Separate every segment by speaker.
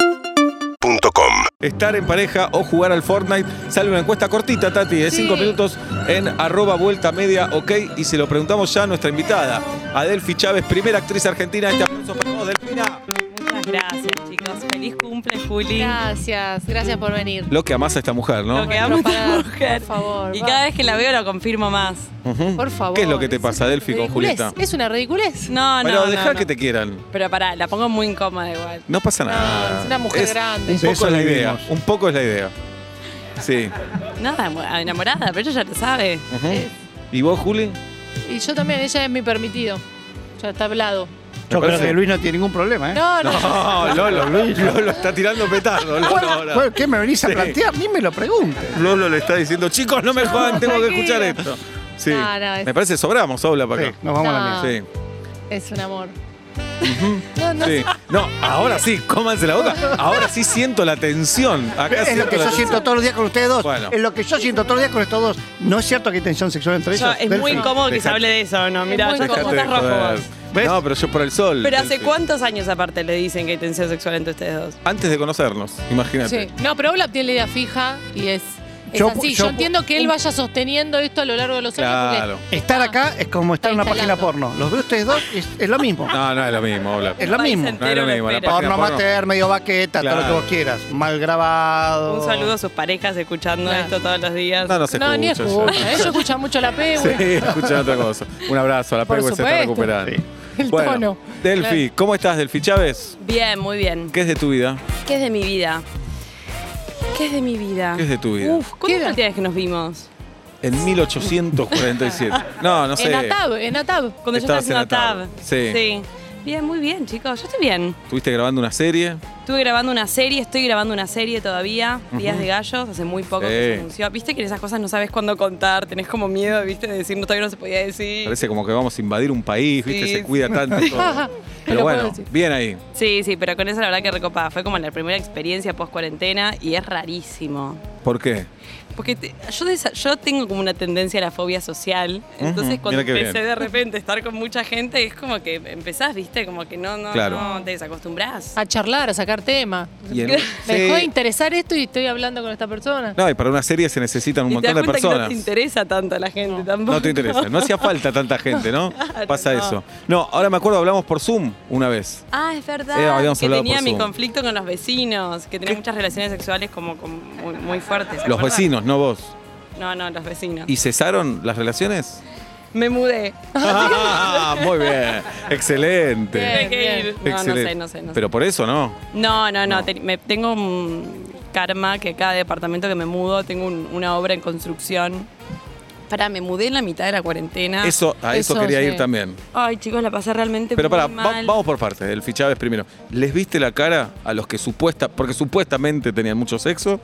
Speaker 1: UrbanaPlayFM.com
Speaker 2: Estar en pareja o jugar al Fortnite. Sale una encuesta cortita, Tati, de 5 minutos en arroba vuelta media ok. Y se lo preguntamos ya a nuestra invitada, Adelfi Chávez, primera actriz argentina. Este aplauso para vos, Delfina.
Speaker 3: Muchas gracias, chicos. Feliz cumple, Juli.
Speaker 4: Gracias, gracias por venir.
Speaker 2: Lo que amás a esta mujer, ¿no?
Speaker 3: Lo que amo esta
Speaker 4: Propagada,
Speaker 3: mujer.
Speaker 4: Por favor.
Speaker 3: Y
Speaker 4: va.
Speaker 3: cada vez que la veo lo confirmo más.
Speaker 2: Ujú.
Speaker 4: Por favor.
Speaker 2: ¿Qué es lo que te pasa, Delfi, con
Speaker 4: Ridiculez.
Speaker 2: Julieta?
Speaker 4: Es una ridiculez.
Speaker 3: No,
Speaker 2: Pero
Speaker 3: no. no,
Speaker 2: deja
Speaker 3: no.
Speaker 2: que te quieran.
Speaker 3: Pero pará, la pongo muy incómoda igual.
Speaker 2: No pasa nada.
Speaker 4: No, es una mujer grande.
Speaker 2: Un poco
Speaker 5: Eso
Speaker 2: es la idea.
Speaker 5: vivimos.
Speaker 2: Un poco es la idea. Sí.
Speaker 3: Nada, mu- enamorada, pero ella ya lo sabe.
Speaker 2: Ujú.
Speaker 4: Es-
Speaker 2: ¿Y vos, Juli?
Speaker 4: Y yo también, ella es mi permitido. Ya está hablado.
Speaker 2: Me
Speaker 5: Yo creo
Speaker 2: parece-
Speaker 5: que Luis no tiene ningún problema, ¿eh?
Speaker 4: No, no.
Speaker 2: No, Ah, Lolo, Lolo está tirando petardo. Lolo, ahora.
Speaker 5: Bueno, ¿Qué me venís a
Speaker 2: Sí.
Speaker 5: plantear? Ni me lo preguntes.
Speaker 2: Lolo le está diciendo, chicos, no me jodan, tengo que escuchar esto. Sí.
Speaker 4: No, no, es-
Speaker 2: Me parece que sobramos, Ola, para
Speaker 5: Sí,
Speaker 2: acá.
Speaker 5: nos vamos a la
Speaker 4: No.
Speaker 5: mierda.
Speaker 2: Sí.
Speaker 4: Es un amor. No, no.
Speaker 2: sí. No, ahora sí, cómanse la boca. Ahora sí siento la tensión. Acá
Speaker 5: Es lo que
Speaker 2: la
Speaker 5: yo
Speaker 2: tensión.
Speaker 5: siento todos los días con ustedes dos.
Speaker 2: Bueno.
Speaker 5: Es lo que yo siento todos los días con estos dos. No es cierto que hay tensión sexual entre
Speaker 3: Yo-
Speaker 5: ellos.
Speaker 3: es
Speaker 5: Delphi.
Speaker 3: muy incómodo que se
Speaker 2: dejate.
Speaker 3: hable de eso, ¿no? Mirá,
Speaker 4: muy incómodo.
Speaker 3: ya estás
Speaker 2: Dejate de
Speaker 3: estás rojo
Speaker 2: joder.
Speaker 3: vos.
Speaker 5: ¿Ves?
Speaker 2: No, pero yo por el sol.
Speaker 3: Pero ¿hace
Speaker 2: Sí.
Speaker 3: cuántos años aparte le dicen que hay tensión sexual entre ustedes dos?
Speaker 2: Antes de conocernos, imagínate.
Speaker 4: Sí. No, pero Oblap tiene la idea fija y es, es
Speaker 5: Yo pu-
Speaker 4: así. Yo,
Speaker 5: yo pu-
Speaker 4: entiendo que él vaya sosteniendo esto a lo largo de los
Speaker 2: Claro.
Speaker 4: años. porque-
Speaker 5: Estar acá es como estar en una página porno. Los veo ustedes dos y es, es lo mismo.
Speaker 2: No, no es lo mismo, Ola.
Speaker 5: Es lo
Speaker 3: Un país
Speaker 5: mismo.
Speaker 3: entero
Speaker 2: No es lo mismo, la
Speaker 3: espera.
Speaker 2: página
Speaker 5: Porno amateur, medio baqueta, todo lo
Speaker 2: Claro.
Speaker 5: que vos quieras. Mal grabado.
Speaker 3: Un saludo a sus parejas escuchando
Speaker 4: Claro.
Speaker 3: esto todos los días.
Speaker 2: Oh. No, no se
Speaker 4: No, ni
Speaker 2: escucha. ya.
Speaker 4: escucha. Ellos escuchan mucho la P.
Speaker 2: Sí, escuchan otra cosa. Un abrazo a la
Speaker 4: Por
Speaker 2: Pegua, se está
Speaker 4: supuesto.
Speaker 2: recuperando.
Speaker 5: Sí.
Speaker 4: El
Speaker 2: bueno,
Speaker 4: tono.
Speaker 2: Delfi,
Speaker 4: Claro.
Speaker 2: ¿cómo estás, Delfi Chávez?
Speaker 3: Bien, muy bien.
Speaker 2: ¿Qué es de tu vida?
Speaker 3: ¿Qué es de mi vida? ¿Qué es de mi vida?
Speaker 2: ¿Qué es de tu vida?
Speaker 3: Uf, ¿cuándo
Speaker 4: ¿Qué
Speaker 3: fue
Speaker 4: edad?
Speaker 3: la última vez que nos vimos?
Speaker 2: En 1847. No, no sé.
Speaker 4: En Atab, en Atab.
Speaker 3: Cuando
Speaker 2: Estabas
Speaker 3: yo
Speaker 2: en
Speaker 3: estaba
Speaker 2: la
Speaker 3: haciendo
Speaker 2: tab.
Speaker 3: tab.
Speaker 2: Sí.
Speaker 3: Bien, muy bien, chicos. Yo estoy bien.
Speaker 2: Estuviste grabando una serie.
Speaker 3: Estuve grabando una serie, estoy grabando una serie todavía, Días de Gallos, hace muy poco que
Speaker 2: Sí.
Speaker 3: se anunció. Viste que en esas cosas no sabes cuándo contar, tenés como miedo, viste, de decir, no, todavía no se podía decir.
Speaker 2: Parece como que vamos a invadir un país, ¿viste?
Speaker 3: Sí,
Speaker 2: Se
Speaker 3: sí.
Speaker 2: cuida tanto. todo. Pero
Speaker 4: lo
Speaker 2: bueno,
Speaker 4: puedo decir.
Speaker 2: bien ahí.
Speaker 3: Sí, sí, pero con eso la verdad que recopada. Fue como la primera experiencia post cuarentena y es rarísimo.
Speaker 2: ¿Por qué?
Speaker 3: Porque te- yo, desa- yo tengo como una tendencia a la fobia social. Entonces,
Speaker 2: Ujú,
Speaker 3: cuando
Speaker 2: mira qué
Speaker 3: empecé
Speaker 2: bien.
Speaker 3: de repente a estar con mucha gente, es como que empezás, viste, como que no, no,
Speaker 2: Claro.
Speaker 3: no te desacostumbrás.
Speaker 4: A charlar, a sacar tema.
Speaker 2: Y en-
Speaker 4: Me dejó de
Speaker 2: Sí.
Speaker 4: interesar esto y estoy hablando con esta persona.
Speaker 2: No, y para una serie se necesitan un
Speaker 3: y te
Speaker 2: montón
Speaker 3: das
Speaker 2: de
Speaker 3: cuenta que no
Speaker 2: personas.
Speaker 3: te interesa tanto a la gente tampoco.
Speaker 2: No te interesa. No hacía falta tanta gente, ¿no? Pasa
Speaker 3: no.
Speaker 2: eso. No, ahora me acuerdo, hablamos por Zoom una vez.
Speaker 3: Ah, es verdad.
Speaker 2: Eh, habíamos
Speaker 3: que
Speaker 2: hablado
Speaker 3: tenía
Speaker 2: por
Speaker 3: mi
Speaker 2: Zoom.
Speaker 3: conflicto con los vecinos, que tenía muchas relaciones sexuales como, como muy, muy fuertes. ¿se
Speaker 2: Los
Speaker 3: acuerdan?
Speaker 2: vecinos, no vos.
Speaker 3: No, no, los vecinos.
Speaker 2: ¿Y cesaron las relaciones?
Speaker 3: Me mudé.
Speaker 2: Ah, muy bien. Excelente.
Speaker 4: Bien,
Speaker 3: Tuve que
Speaker 4: bien.
Speaker 3: ir. No, no sé, no sé, no sé.
Speaker 2: Pero por eso no.
Speaker 3: No, no, no. te- me- tengo un karma que cada departamento que me mudo, tengo un- una obra en construcción. Pará, me mudé en la mitad de la cuarentena.
Speaker 2: Eso, a eso,
Speaker 4: Eso,
Speaker 2: quería
Speaker 4: sí.
Speaker 2: ir también.
Speaker 3: Ay, chicos, la pasé realmente
Speaker 2: Pero
Speaker 3: muy
Speaker 2: pará, va-
Speaker 3: mal.
Speaker 2: vamos por partes. El Chávez primero. ¿Les viste la cara a los que supuesta, porque supuestamente tenían mucho sexo,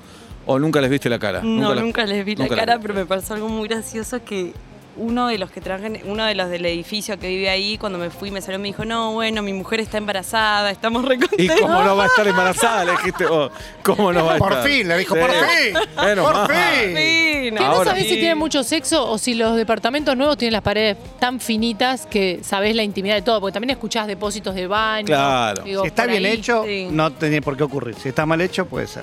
Speaker 2: o nunca les viste la cara?
Speaker 3: No, nunca,
Speaker 2: las-
Speaker 3: les vi
Speaker 2: nunca
Speaker 3: la cara,
Speaker 2: las-
Speaker 3: pero me pasó algo muy gracioso que uno de los que trabajan, uno de los del edificio que vive ahí, cuando me fui me salió me dijo, no, bueno, mi mujer está embarazada, estamos
Speaker 2: ¿Y
Speaker 3: recontentos.
Speaker 2: cómo no va a estar embarazada? Le dijiste vos. ¿Cómo no va a estar?
Speaker 5: Por fin, le dijo,
Speaker 2: Sí.
Speaker 5: por fin.
Speaker 2: Menos mal.
Speaker 5: Por fin.
Speaker 3: Sí,
Speaker 4: Que no
Speaker 2: Ahora.
Speaker 4: sabés si tienen mucho sexo o si los departamentos nuevos tienen las paredes tan finitas que sabés la intimidad de todo, porque también escuchás depósitos de baño.
Speaker 2: Claro.
Speaker 4: digo,
Speaker 5: Si está
Speaker 4: por
Speaker 5: bien
Speaker 4: ahí.
Speaker 5: hecho,
Speaker 3: sí.
Speaker 5: no tiene por qué ocurrir. Si está mal hecho, puede ser.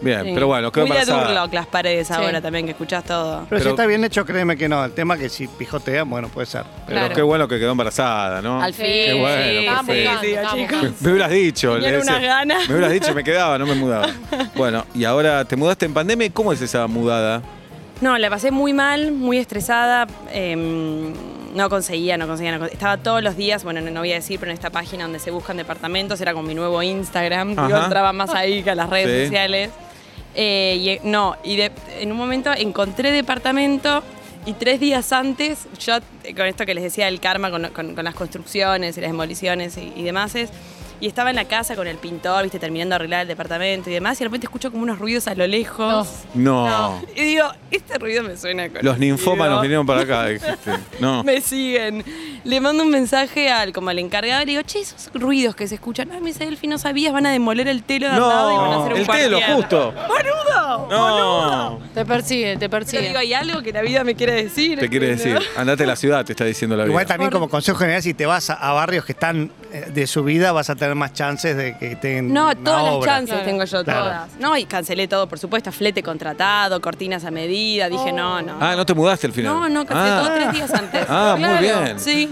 Speaker 2: Bien,
Speaker 3: Sí.
Speaker 2: pero bueno, quedó
Speaker 3: Muy de
Speaker 2: embarazada.
Speaker 3: Durlock las paredes
Speaker 4: Sí.
Speaker 3: ahora también, que escuchás todo.
Speaker 5: Pero,
Speaker 2: Pero-
Speaker 5: si está bien hecho, créeme que no. El tema es que si pijotean, bueno, puede ser.
Speaker 2: Pero
Speaker 4: Claro.
Speaker 2: qué bueno que quedó embarazada, ¿no?
Speaker 3: Al fin,
Speaker 2: Qué bueno,
Speaker 3: sí,
Speaker 2: qué
Speaker 4: Estábamos
Speaker 2: fe.
Speaker 4: buscando,
Speaker 3: sí,
Speaker 4: estábamos
Speaker 3: chicos.
Speaker 4: buscando.
Speaker 2: Me hubieras dicho.
Speaker 3: Tenían
Speaker 2: decía.
Speaker 3: unas ganas.
Speaker 2: Me hubieras dicho, me quedaba, no me mudaba. Bueno, y ahora te mudaste en pandemia. ¿y ¿Cómo es esa mudada?
Speaker 3: No, la pasé muy mal, muy estresada. eh, no conseguía, no conseguía, no conseguía. Estaba todos los días, bueno, no, no voy a decir, pero en esta página donde se buscan departamentos, era con mi nuevo Instagram. Yo
Speaker 2: Ajá.
Speaker 3: entraba más ahí que a las redes
Speaker 2: Sí.
Speaker 3: sociales. Eh, y, eh, no, y de- en un momento encontré departamento y tres días antes, yo eh, con esto que les decía del karma, con, con- con las construcciones y las demoliciones y, y demás, es- y estaba en la casa con el pintor, viste, terminando de arreglar el departamento y demás, y de repente escucho como unos ruidos a lo lejos.
Speaker 2: No.
Speaker 3: Y digo, este ruido me suena con
Speaker 2: Los ninfómanos vinieron para acá, dijiste. No.
Speaker 3: Me siguen. Le mando un mensaje al como al encargado y le digo, che, esos ruidos que se escuchan. Ay, me dice Delfi, no sabías, van a demoler el telo de al lado y van a hacer un
Speaker 2: el telo,
Speaker 3: cuartel".
Speaker 2: justo.
Speaker 3: ¡Boludo!
Speaker 2: No.
Speaker 4: Te persigue, te
Speaker 3: Pero digo,
Speaker 4: persigue.
Speaker 3: hay algo que la vida me quiere decir.
Speaker 2: Te quiere decir,
Speaker 3: ¿entendés?
Speaker 2: andate a la ciudad, te está diciendo la
Speaker 5: Igual
Speaker 2: vida.
Speaker 5: también como consejo general, si te vas a, a barrios que están eh, de subida, vas a tener más chances de que tengan.
Speaker 3: No,
Speaker 5: una
Speaker 3: todas las
Speaker 5: obra.
Speaker 3: chances tengo yo,
Speaker 5: Claro.
Speaker 3: todas. No, y cancelé todo, por supuesto, flete contratado, cortinas a medida, dije no, no.
Speaker 2: Ah, no te mudaste al final.
Speaker 3: no, no, cancelé
Speaker 2: Ah.
Speaker 3: todo tres días antes.
Speaker 2: Ah, muy
Speaker 4: Claro.
Speaker 2: bien.
Speaker 3: Sí.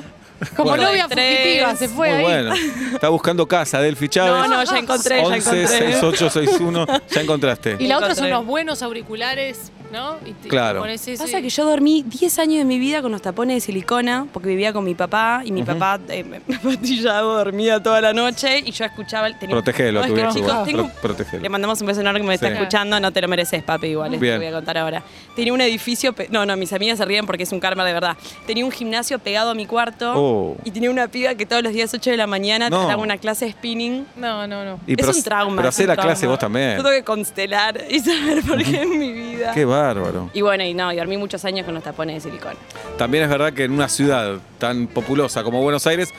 Speaker 4: Como
Speaker 2: Bueno.
Speaker 4: novia
Speaker 3: Tres.
Speaker 4: fugitiva, se fue
Speaker 2: Muy
Speaker 4: ahí.
Speaker 2: bueno. Está buscando casa, Delphi
Speaker 3: No,
Speaker 2: Chávez.
Speaker 3: no, ya encontré, ya
Speaker 2: 11
Speaker 3: encontré.
Speaker 2: 6861, ya encontraste.
Speaker 4: Y la otra son
Speaker 3: Encontré.
Speaker 4: unos buenos auriculares, ¿no? Y te-
Speaker 2: Claro.
Speaker 4: te pones eso
Speaker 3: Pasa
Speaker 4: y-
Speaker 3: que yo dormí 10 años de mi vida con los tapones de silicona, porque vivía con mi papá y mi papá eh, me me patillaba, dormía toda la noche y yo escuchaba. el- Tenía,
Speaker 2: Protégelo a
Speaker 3: Ay,
Speaker 2: tu viejo
Speaker 3: chicos,
Speaker 2: igual,
Speaker 3: tengo-
Speaker 2: pro- protégelo.
Speaker 3: Le mandamos un beso enorme que me
Speaker 2: Sí.
Speaker 3: está escuchando. No te lo mereces, papi, igual. esto
Speaker 2: Bien.
Speaker 3: te voy a contar ahora. Tenía un edificio. pe- No, no, mis amigas se ríen porque es un karma de verdad. Tenía un gimnasio pegado a mi cuarto
Speaker 2: Oh.
Speaker 3: y tenía una piba que todos los días, 8 de la mañana,
Speaker 2: No.
Speaker 3: te daba una clase de spinning.
Speaker 4: No, no, no.
Speaker 2: Y
Speaker 3: es
Speaker 2: pero-
Speaker 3: un trauma.
Speaker 2: Pero
Speaker 3: es un
Speaker 2: hacer la
Speaker 3: trauma.
Speaker 2: clase vos también.
Speaker 3: Yo tengo que constelar y saber por qué en mi vida.
Speaker 2: Qué bárbaro.
Speaker 3: Y bueno, y no, y dormí muchos años con los tapones de silicona.
Speaker 2: También es verdad que en una ciudad tan populosa como Buenos Aires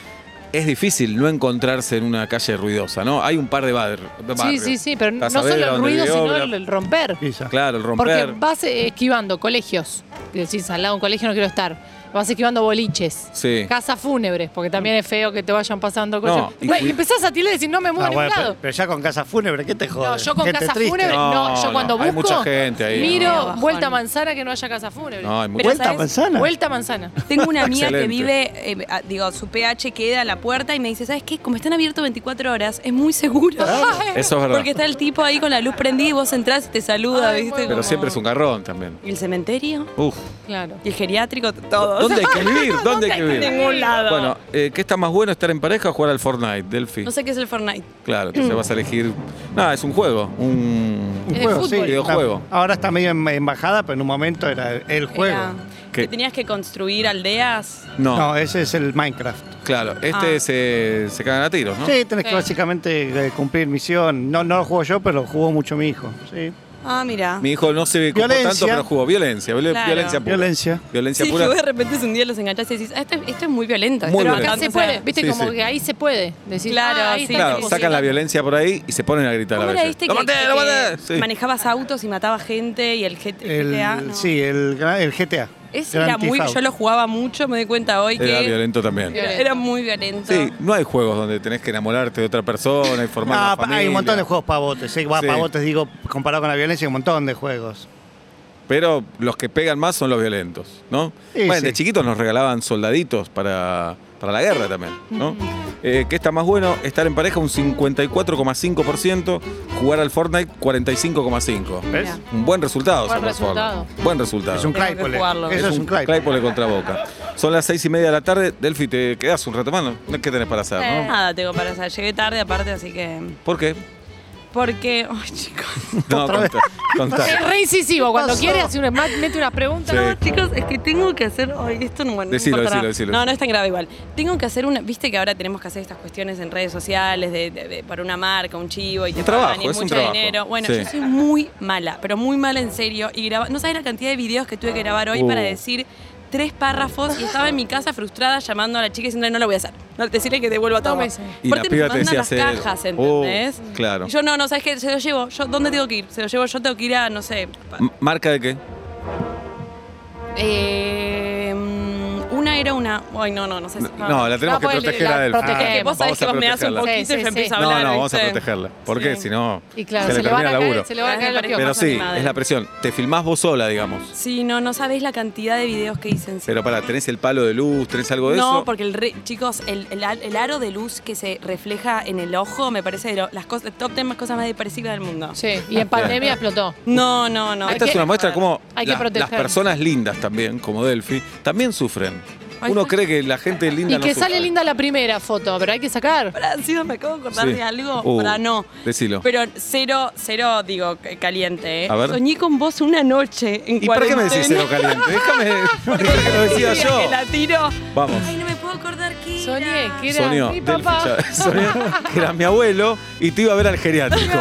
Speaker 2: es difícil no encontrarse en una calle ruidosa, ¿no? Hay un par de bar- de
Speaker 4: Sí,
Speaker 2: barrios.
Speaker 4: sí, sí, pero no
Speaker 2: Pasadena,
Speaker 4: solo el
Speaker 2: donde
Speaker 4: ruido,
Speaker 2: vivió,
Speaker 4: sino
Speaker 2: bla-
Speaker 4: el, el romper.
Speaker 5: Y ya.
Speaker 2: Claro, el
Speaker 4: Porque
Speaker 2: romper.
Speaker 4: vas eh, esquivando colegios. Y Decís, al lado de un colegio no quiero estar. Vas esquivando boliches.
Speaker 2: Sí.
Speaker 4: Casas fúnebres, porque también es feo que te vayan
Speaker 2: No,
Speaker 4: pasando cosas.
Speaker 2: y-
Speaker 4: Bueno, y, empezás a tirar y decir, no me muevo
Speaker 5: Ah,
Speaker 4: a ningún
Speaker 5: bueno, pero,
Speaker 4: lado.
Speaker 5: pero ya con casa fúnebre, ¿qué te jode?
Speaker 4: No, yo con
Speaker 5: Gente
Speaker 4: casa
Speaker 5: triste.
Speaker 4: fúnebre, no,
Speaker 2: No,
Speaker 4: yo cuando
Speaker 2: no, hay
Speaker 4: busco,
Speaker 2: mucha gente ahí,
Speaker 4: miro,
Speaker 3: no. Bajón.
Speaker 4: vuelta a manzana que no haya casa fúnebre.
Speaker 2: No, hay mucha-
Speaker 3: Pero,
Speaker 5: ¿Vuelta
Speaker 3: ¿sabes?
Speaker 5: manzana?
Speaker 4: Vuelta a manzana.
Speaker 3: Tengo una amiga que
Speaker 2: Excelente.
Speaker 3: vive, eh, a- digo, su PH queda a la puerta y me dice, ¿sabes qué? Como están abiertos 24 horas, es muy seguro.
Speaker 2: Eso Ah, es verdad.
Speaker 3: Porque está el tipo ahí con la luz prendida y vos entras y te saluda,
Speaker 4: Ay,
Speaker 3: ¿viste?
Speaker 4: bueno.
Speaker 2: Pero
Speaker 3: Como-
Speaker 2: siempre es un garrón también.
Speaker 3: ¿Y el cementerio?
Speaker 2: Uf.
Speaker 4: Claro.
Speaker 3: ¿Y el geriátrico? Todo.
Speaker 2: ¿Dónde hay que vivir? ¿Dónde hay que
Speaker 3: En
Speaker 2: vivir?
Speaker 3: ningún lado.
Speaker 2: Bueno, eh, ¿qué está más bueno estar en pareja o jugar al Fortnite, Delphi?
Speaker 3: No sé qué es el Fortnite.
Speaker 2: Claro, que se vas a elegir. Nada, es un juego. Un...
Speaker 4: de fútbol.
Speaker 2: Videojuego.
Speaker 5: Está- ahora está medio en, en bajada, pero en un momento era el juego.
Speaker 3: Era-
Speaker 2: ¿Qué?
Speaker 3: que tenías que construir aldeas.
Speaker 2: No,
Speaker 5: No, ese es el Minecraft.
Speaker 2: claro. Este
Speaker 3: Ah.
Speaker 2: se, se cagan a tiros, ¿no?
Speaker 5: Sí, tenés que
Speaker 4: Sí.
Speaker 5: básicamente eh, cumplir misión. No, no lo juego yo, pero lo jugó mucho mi hijo. Sí.
Speaker 3: Ah, mira.
Speaker 2: Mi hijo no se ocupó
Speaker 5: Violencia.
Speaker 2: tanto, pero jugó violencia. viol-
Speaker 3: Claro.
Speaker 2: Violencia pura.
Speaker 5: Violencia.
Speaker 2: Violencia
Speaker 3: Sí, que
Speaker 2: pura.
Speaker 3: vos de repente un día los enganchás y decís, ah, esto, esto es muy violento.
Speaker 2: Muy
Speaker 3: esto
Speaker 4: Pero
Speaker 2: violento.
Speaker 3: no
Speaker 4: acá
Speaker 3: alcanza,
Speaker 4: se
Speaker 3: o sea,
Speaker 4: puede, viste,
Speaker 2: Sí,
Speaker 4: como
Speaker 2: sí.
Speaker 4: que ahí se puede. Decir,
Speaker 3: Claro,
Speaker 4: ah, ahí está
Speaker 3: sí.
Speaker 2: Claro,
Speaker 4: tipo,
Speaker 2: sacan la violencia por ahí y se ponen a gritar.
Speaker 3: ¿Cómo
Speaker 2: a
Speaker 3: era
Speaker 2: veces.
Speaker 3: este
Speaker 2: ¡Lo
Speaker 3: que-
Speaker 2: maté,
Speaker 3: que
Speaker 2: lo maté! Sí.
Speaker 3: manejabas autos y mataba gente y el G-
Speaker 5: El,
Speaker 3: GTA? no.
Speaker 5: Sí, el, gra- el GTA.
Speaker 3: Ese
Speaker 5: Grand
Speaker 3: era muy,
Speaker 5: Theft Auto.
Speaker 3: yo lo jugaba mucho, me di cuenta hoy
Speaker 2: Era
Speaker 3: que
Speaker 2: violento también.
Speaker 3: era, era muy violento.
Speaker 2: Sí, no hay juegos donde tenés que enamorarte de otra persona y formar
Speaker 5: Ah,
Speaker 2: una
Speaker 5: pa-
Speaker 2: familia.
Speaker 5: hay un montón de juegos pavotes. Sí, va,
Speaker 2: Sí.
Speaker 5: pavotes digo, comparado con la violencia, hay un montón de juegos.
Speaker 2: Pero los que pegan más son los violentos, ¿no?
Speaker 5: Sí,
Speaker 2: bueno,
Speaker 5: sí.
Speaker 2: de chiquitos nos regalaban soldaditos para, para la guerra también, ¿no? Eh, ¿Qué está más bueno? Estar en pareja un 54,5%, jugar al Fortnite 45,5%.
Speaker 5: ¿Ves?
Speaker 3: Mira.
Speaker 2: Un buen resultado.
Speaker 4: Buen
Speaker 2: sobre el Fortnite.
Speaker 4: resultado.
Speaker 2: Buen resultado.
Speaker 5: Es un
Speaker 3: Tengo que
Speaker 5: Claypole.
Speaker 3: jugarlo.
Speaker 5: Eso es, un Claypole.
Speaker 2: Claypole contra Boca. Son las seis y media de la tarde. Delphi, ¿te quedás un rato más? ¿No? ¿Qué tenés para hacer?
Speaker 3: Eh,
Speaker 2: no?
Speaker 3: Nada tengo para hacer. Llegué tarde aparte, así que.
Speaker 2: ¿Por qué?
Speaker 3: Porque. Ay, chicos.
Speaker 2: No,
Speaker 5: Otra vez.
Speaker 2: contá, contá.
Speaker 4: Es re incisivo. Cuando
Speaker 5: Pasó.
Speaker 4: quiere, hace una, mete unas preguntas.
Speaker 2: Sí.
Speaker 4: ¿no?
Speaker 3: Chicos, es que tengo que hacer. Ay, esto no bueno, no
Speaker 2: Decilo,
Speaker 3: importa
Speaker 2: decilo,
Speaker 3: nada.
Speaker 2: decilo.
Speaker 3: No, no es tan grave igual. Tengo que hacer una. Viste que ahora tenemos que hacer estas cuestiones en redes sociales de, de- de- para una marca, un chivo y te
Speaker 2: Un trabajo,
Speaker 3: pagan y
Speaker 2: es un
Speaker 3: mucho
Speaker 2: trabajo.
Speaker 3: dinero. Bueno,
Speaker 2: Sí.
Speaker 3: yo soy muy mala, pero muy mala en serio. Y graba, no sabes la cantidad de videos que tuve que grabar hoy
Speaker 2: Uh.
Speaker 3: para decir tres párrafos y estaba en mi casa frustrada llamando a la chica y diciendo no lo voy a hacer. No, decirle que devuelva todo.
Speaker 4: Tómese.
Speaker 2: Y la
Speaker 3: Aparte
Speaker 2: piba
Speaker 3: nos
Speaker 2: te decía hacer.
Speaker 3: mandan las cajas, ¿entendés?
Speaker 2: Oh, claro.
Speaker 3: Y Yo no, no, ¿sabes qué? Se lo llevo. Yo, ¿Dónde tengo que ir? Se lo llevo, yo tengo que ir a, no sé. pa-
Speaker 2: M- ¿Marca de qué?
Speaker 3: Eh, mm, una era una. Ay, no, no, Ah, no sé si.
Speaker 2: No, la tenemos
Speaker 4: No,
Speaker 2: que
Speaker 4: pues,
Speaker 2: proteger
Speaker 4: la
Speaker 2: a Delphi.
Speaker 4: protegemos.
Speaker 3: Que vos
Speaker 2: Vamos
Speaker 3: sabés que
Speaker 2: a
Speaker 3: vos me das un
Speaker 2: protegerla.
Speaker 3: poquito
Speaker 4: Sí,
Speaker 3: y
Speaker 4: sí,
Speaker 3: yo empiezo a
Speaker 4: sí.
Speaker 2: No,
Speaker 3: hablar.
Speaker 2: no, vamos a
Speaker 3: ¿viste?
Speaker 2: protegerla. ¿Por qué?
Speaker 3: Sí.
Speaker 2: Si no,
Speaker 4: Y claro,
Speaker 2: se,
Speaker 4: se,
Speaker 2: le
Speaker 4: le
Speaker 2: termina
Speaker 4: van a
Speaker 2: el
Speaker 4: caer,
Speaker 2: laburo.
Speaker 4: se le van a
Speaker 3: Ah,
Speaker 4: caer los
Speaker 3: me parece
Speaker 2: Pero
Speaker 3: Vamos a mi
Speaker 2: sí,
Speaker 3: madre.
Speaker 2: es la presión. Te filmás vos sola, digamos.
Speaker 3: Sí, no, no sabés la cantidad de videos que hice encima.
Speaker 2: Pero para, ¿tenés el palo de luz? ¿Tenés algo de eso?
Speaker 3: No, porque el re- chicos, el, el ar- el aro de luz que se refleja en el ojo me parece de lo- las cosas, top 10 más cosas más depresivas del mundo.
Speaker 4: Sí,
Speaker 2: Ah,
Speaker 4: y en pandemia explotó.
Speaker 3: No, no, no.
Speaker 4: Hay
Speaker 2: Esta
Speaker 4: que-
Speaker 2: es una muestra como
Speaker 4: hay que
Speaker 2: la- las
Speaker 4: proteger.
Speaker 2: personas lindas también, como Delphi, también sufren.
Speaker 3: Ay,
Speaker 2: Uno
Speaker 3: sí.
Speaker 2: cree que la gente linda
Speaker 4: y
Speaker 2: no
Speaker 4: que
Speaker 2: sufre.
Speaker 4: sale linda la primera foto, pero hay que sacar.
Speaker 3: Francisco, me acabo de acordar
Speaker 2: Sí.
Speaker 3: de algo.
Speaker 2: Uh,
Speaker 3: para no.
Speaker 2: decilo.
Speaker 3: Pero cero, cero, digo, c- caliente. ¿eh?
Speaker 2: A ver.
Speaker 3: Soñé con vos una noche en
Speaker 2: ¿Y para qué me decís
Speaker 3: cuarentena.
Speaker 2: cero caliente? Déjame, déjame que lo decía
Speaker 3: Sí,
Speaker 2: yo.
Speaker 3: que la tiro.
Speaker 2: Vamos.
Speaker 3: Ay, no me puedo acordar qué era.
Speaker 4: Soñé, que era
Speaker 2: Soñó,
Speaker 4: mi
Speaker 2: Delphi
Speaker 4: papá.
Speaker 2: Chávez, soñó que era mi abuelo y te iba a ver al geriátrico.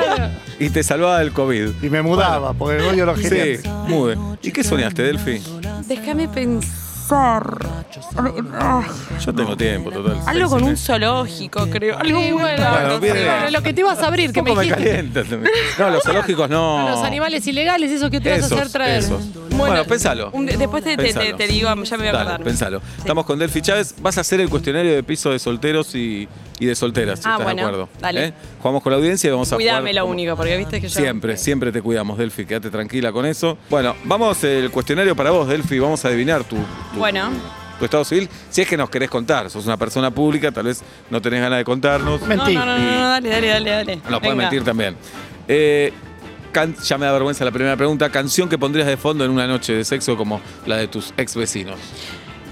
Speaker 2: y te salvaba del COVID.
Speaker 5: Y me mudaba, porque odio los
Speaker 2: Sí,
Speaker 5: genios.
Speaker 2: mude. ¿Y qué soñaste, Delphi?
Speaker 3: Déjame pensar. Ah,
Speaker 2: Yo tengo tiempo, total.
Speaker 3: Algo con un zoológico, creo. Algo
Speaker 4: Y
Speaker 3: muy
Speaker 4: bueno,
Speaker 3: raro.
Speaker 2: Bueno, viene-
Speaker 4: bueno, lo que te ibas a abrir, que me
Speaker 2: Poco me
Speaker 4: dijiste.
Speaker 2: calienta también. No, los zoológicos no.
Speaker 4: Los animales ilegales, esos que te vas a
Speaker 2: Esos,
Speaker 4: hacer traer.
Speaker 2: esos. Bueno, pensalo.
Speaker 3: un- después te, te- te-
Speaker 2: Pensalo.
Speaker 3: te digo, ya me voy a acordar.
Speaker 2: Dale, pensalo. Estamos con Delphi Chávez. Vas a hacer el cuestionario de piso de solteros y, y de solteras, si
Speaker 3: Ah,
Speaker 2: estás de
Speaker 3: bueno,
Speaker 2: acuerdo.
Speaker 3: dale.
Speaker 2: ¿Eh? Jugamos con la audiencia y vamos a jugar.
Speaker 3: Cuídame lo
Speaker 2: como-
Speaker 3: único, porque viste que yo.
Speaker 2: Siempre, siempre te cuidamos, Delphi. Quédate tranquila con eso. Bueno, vamos el cuestionario para vos, Delphi. Vamos a adivinar tu, tu-
Speaker 3: Bueno,
Speaker 2: tu estado civil. Si es que nos querés contar, sos una persona pública, tal vez no tenés ganas de contarnos.
Speaker 5: Me- Mentí.
Speaker 3: No, no, no, no, no, dale, dale, dale. dale.
Speaker 2: Nos puedes
Speaker 3: Venga.
Speaker 2: mentir también. Eh, can- ya me da vergüenza la primera pregunta. ¿Canción que pondrías de fondo en una noche de sexo como la de tus ex vecinos?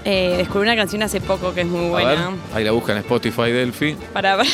Speaker 3: Eh, descubrí una canción hace poco que es muy
Speaker 2: A ver,
Speaker 3: buena.
Speaker 2: ahí la buscan en Spotify, Delphi.
Speaker 3: Para ver.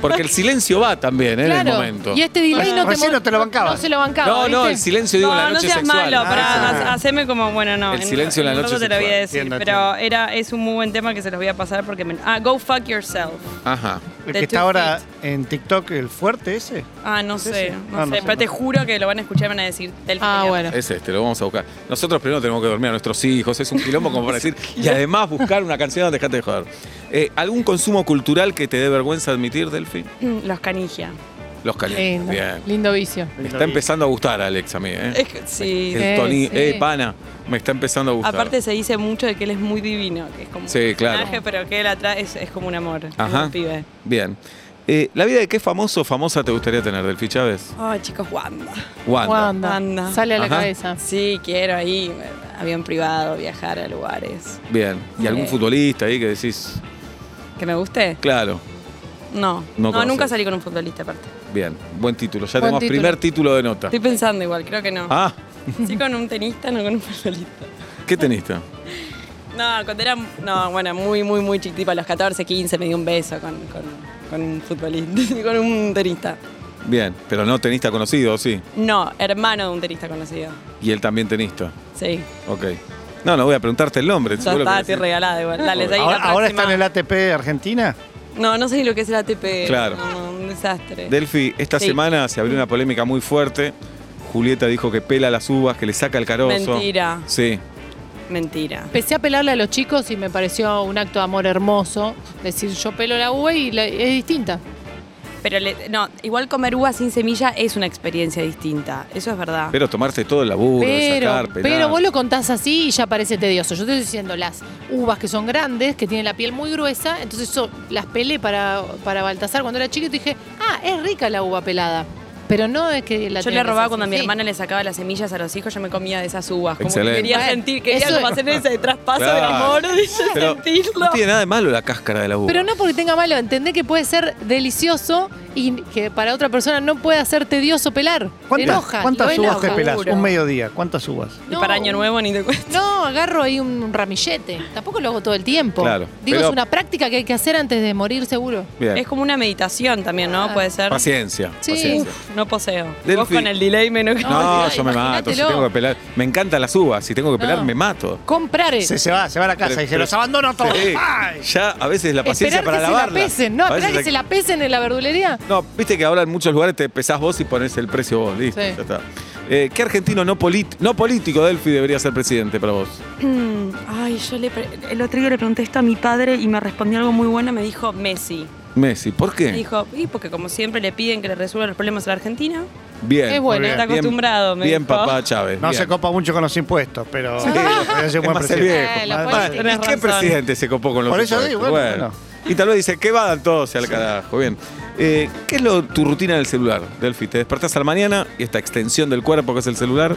Speaker 2: Porque el silencio va también ¿eh? en el
Speaker 4: Claro.
Speaker 2: momento.
Speaker 4: Y este delay no te,
Speaker 5: Recién
Speaker 4: mo-
Speaker 5: no te lo bancaba.
Speaker 4: No se lo bancaba.
Speaker 2: no, no,
Speaker 4: ¿viste?
Speaker 2: el silencio digo en la
Speaker 3: no
Speaker 2: noche
Speaker 3: seas
Speaker 2: sexual.
Speaker 3: malo, pará,
Speaker 5: Ah.
Speaker 3: ha- haceme como, bueno, no.
Speaker 2: El silencio en la
Speaker 3: un
Speaker 2: noche
Speaker 3: rato te lo voy a
Speaker 2: sexual.
Speaker 3: decir,
Speaker 5: Entiendo,
Speaker 3: pero era, es un muy buen tema que se los voy a pasar porque me. Ah, Go Fuck Yourself.
Speaker 2: Ajá.
Speaker 5: El
Speaker 3: The
Speaker 5: que está
Speaker 3: Two
Speaker 5: ahora
Speaker 3: Feet.
Speaker 5: en TikTok, el fuerte ese.
Speaker 3: Ah, no
Speaker 5: Sí,
Speaker 3: sé,
Speaker 5: sí.
Speaker 3: no
Speaker 5: Ah,
Speaker 3: sé,
Speaker 5: no sé,
Speaker 3: pero
Speaker 5: no
Speaker 3: te
Speaker 5: sé.
Speaker 3: juro que lo van a escuchar y van a decir del
Speaker 4: Ah,
Speaker 3: final.
Speaker 4: bueno.
Speaker 2: Es este, lo vamos a buscar. Nosotros primero tenemos que dormir a nuestros hijos, es un quilombo como para decir. Y además buscar una canción, dejate de joder. Eh, ¿Algún consumo cultural que te dé vergüenza admitir, Delphi?
Speaker 3: Los canigia.
Speaker 2: Los calientes.
Speaker 4: Lindo,
Speaker 2: Bien.
Speaker 4: lindo vicio.
Speaker 2: Está empezando a gustar, Alex, a mí, ¿eh?
Speaker 3: Es que- sí.
Speaker 2: El Tony,
Speaker 4: sí.
Speaker 2: eh, pana, me está empezando a gustar.
Speaker 3: Aparte se dice mucho de que él es muy divino, que es como
Speaker 2: Sí,
Speaker 3: un
Speaker 2: claro.
Speaker 3: personaje, pero que él atrás es, es como un amor, es
Speaker 2: Ajá.
Speaker 3: un pibe.
Speaker 2: Bien. Eh, ¿La vida de qué famoso o famosa te gustaría tener, Delphi Chávez?
Speaker 3: Ay, chicos, Wanda.
Speaker 2: Wanda.
Speaker 4: Wanda.
Speaker 3: Wanda.
Speaker 4: Sale a la
Speaker 2: Ajá.
Speaker 4: cabeza.
Speaker 3: Ah, Sí, quiero ahí, eh, avión privado, viajar a lugares.
Speaker 2: Bien. ¿Y algún
Speaker 3: Sí.
Speaker 2: futbolista ahí que decís?
Speaker 3: ¿Que me guste?
Speaker 2: Claro.
Speaker 3: No.
Speaker 2: No
Speaker 3: No,
Speaker 2: conoces.
Speaker 3: nunca salí con un futbolista aparte.
Speaker 2: Bien. Buen título. Ya
Speaker 4: Buen
Speaker 2: tenemos
Speaker 4: título.
Speaker 2: primer título de nota.
Speaker 3: Estoy pensando igual, creo que no.
Speaker 2: Ah,
Speaker 3: Sí con un tenista, no con un futbolista.
Speaker 2: ¿qué tenista?
Speaker 3: No, cuando era, no, bueno, muy, muy, muy chiquitipa, a los 14, 15 me dio un beso con, con, con un futbolista, con un tenista.
Speaker 2: Bien. Pero no tenista conocido, sí.
Speaker 3: No, hermano de un tenista conocido.
Speaker 2: Y él también tenista.
Speaker 3: Sí.
Speaker 2: Ok. No, no voy a preguntarte el nombre.
Speaker 3: Ya
Speaker 2: seguro que
Speaker 3: está,
Speaker 2: decís.
Speaker 3: estoy regalada igual. Dale, seguí la
Speaker 5: Ahora, ahora
Speaker 3: próxima.
Speaker 5: está en el ATP de Argentina.
Speaker 3: No, no sé ni lo que es el ATP.
Speaker 2: Claro.
Speaker 3: No, un desastre.
Speaker 2: Delphi, esta
Speaker 3: Sí.
Speaker 2: semana se abrió una polémica muy fuerte. Julieta dijo que pela las uvas, que le saca el carozo.
Speaker 3: Mentira.
Speaker 2: Sí.
Speaker 3: Mentira.
Speaker 4: Empecé a pelarle a los chicos y me pareció un acto de amor hermoso. Decir, yo pelo la uva y la- es distinta.
Speaker 3: Pero le- no, igual comer uva sin semilla es una experiencia distinta. Eso es verdad.
Speaker 2: Pero tomarse todo el laburo, de
Speaker 4: Pero,
Speaker 2: sacar, pelar.
Speaker 4: pero vos lo contás así y ya parece tedioso. Yo te estoy diciendo las uvas que son grandes, que tienen la piel muy gruesa, entonces yo las pelé para, para Baltasar cuando era chiquito y dije, ah, es rica la uva pelada. Pero no es que la
Speaker 3: yo le
Speaker 4: tengas
Speaker 3: robaba
Speaker 4: así.
Speaker 3: cuando a mi
Speaker 4: Sí.
Speaker 3: hermana le sacaba las semillas a los hijos, yo me comía de esas uvas. Como
Speaker 2: Excelente.
Speaker 3: que quería
Speaker 4: Bueno,
Speaker 3: sentir, quería
Speaker 4: eso-
Speaker 3: como hacer ese traspaso
Speaker 2: Claro.
Speaker 3: del amor, ¿viste?
Speaker 2: Pero
Speaker 3: sentirlo.
Speaker 2: No tiene nada de malo la cáscara de la uva.
Speaker 4: Pero no porque tenga malo, entendé que puede ser delicioso y que para otra persona no pueda ser tedioso pelar. Te
Speaker 5: ¿Cuántas,
Speaker 4: enoja, lo
Speaker 5: cuántas
Speaker 4: enoja.
Speaker 5: uvas te pelás?
Speaker 3: Seguro.
Speaker 5: Un mediodía, ¿cuántas uvas?
Speaker 3: Y para Año Nuevo ni te cuento.
Speaker 4: No, agarro ahí un ramillete. Tampoco lo hago todo el tiempo.
Speaker 2: Claro,
Speaker 4: Digo,
Speaker 2: pero-
Speaker 4: es una práctica que hay que hacer antes de morir seguro.
Speaker 2: Bien.
Speaker 3: Es como una meditación también, ¿no? Puede ser.
Speaker 2: Paciencia.
Speaker 4: Sí.
Speaker 2: paciencia.
Speaker 3: No poseo. Vos
Speaker 2: Delphi.
Speaker 3: con el delay me enojas.
Speaker 2: No,
Speaker 4: No,
Speaker 2: yo me mato. Si
Speaker 4: imagínatelo.
Speaker 2: tengo que pelar. Me encantan las uvas. Si tengo que pelar,
Speaker 4: No.
Speaker 2: me mato.
Speaker 4: Comprar
Speaker 5: Se, se va, se va a la casa
Speaker 2: Pero-
Speaker 5: y se
Speaker 2: pero-
Speaker 5: los abandono a todos.
Speaker 2: Sí.
Speaker 5: ¡Ay!
Speaker 2: Ya a veces la paciencia
Speaker 4: esperar
Speaker 2: para
Speaker 4: que
Speaker 2: lavarla.
Speaker 4: se la pesen, ¿no?
Speaker 2: A
Speaker 4: Esperar
Speaker 2: veces
Speaker 4: que se la pesen en la verdulería.
Speaker 2: No, viste que ahora en muchos lugares te pesás vos y ponés el precio vos, listo,
Speaker 4: Sí.
Speaker 2: ya está. Eh, ¿Qué argentino no, polit- no político, Delphi, debería ser presidente para vos?
Speaker 3: Mm, Ay, yo le pre- el otro día le pregunté esto a mi padre y me respondió algo muy bueno. Me dijo Messi.
Speaker 2: Messi, ¿por qué?
Speaker 3: Me dijo, y porque como siempre le piden que le resuelvan los problemas a la Argentina.
Speaker 2: Bien.
Speaker 4: Es bueno.
Speaker 5: Muy
Speaker 3: Está
Speaker 5: bien.
Speaker 3: acostumbrado, me
Speaker 2: Bien,
Speaker 3: dijo.
Speaker 2: papá Chávez.
Speaker 5: No
Speaker 2: bien.
Speaker 5: se copa mucho con los impuestos, pero podría ser
Speaker 2: Es
Speaker 5: un buen
Speaker 2: más el
Speaker 5: presidente.
Speaker 2: viejo.
Speaker 4: Eh, los
Speaker 2: Bueno,
Speaker 4: políticos.
Speaker 2: ¿Y qué
Speaker 3: Tenés razón.
Speaker 2: presidente se copó con los
Speaker 5: Por eso
Speaker 2: impuestos?
Speaker 5: digo, bueno, bueno.
Speaker 2: Y tal vez dice, que van todos al carajo. Bien. Eh, ¿Qué es lo, tu rutina del celular, Delphi? Te despertás a la mañana y esta extensión del cuerpo que es el celular,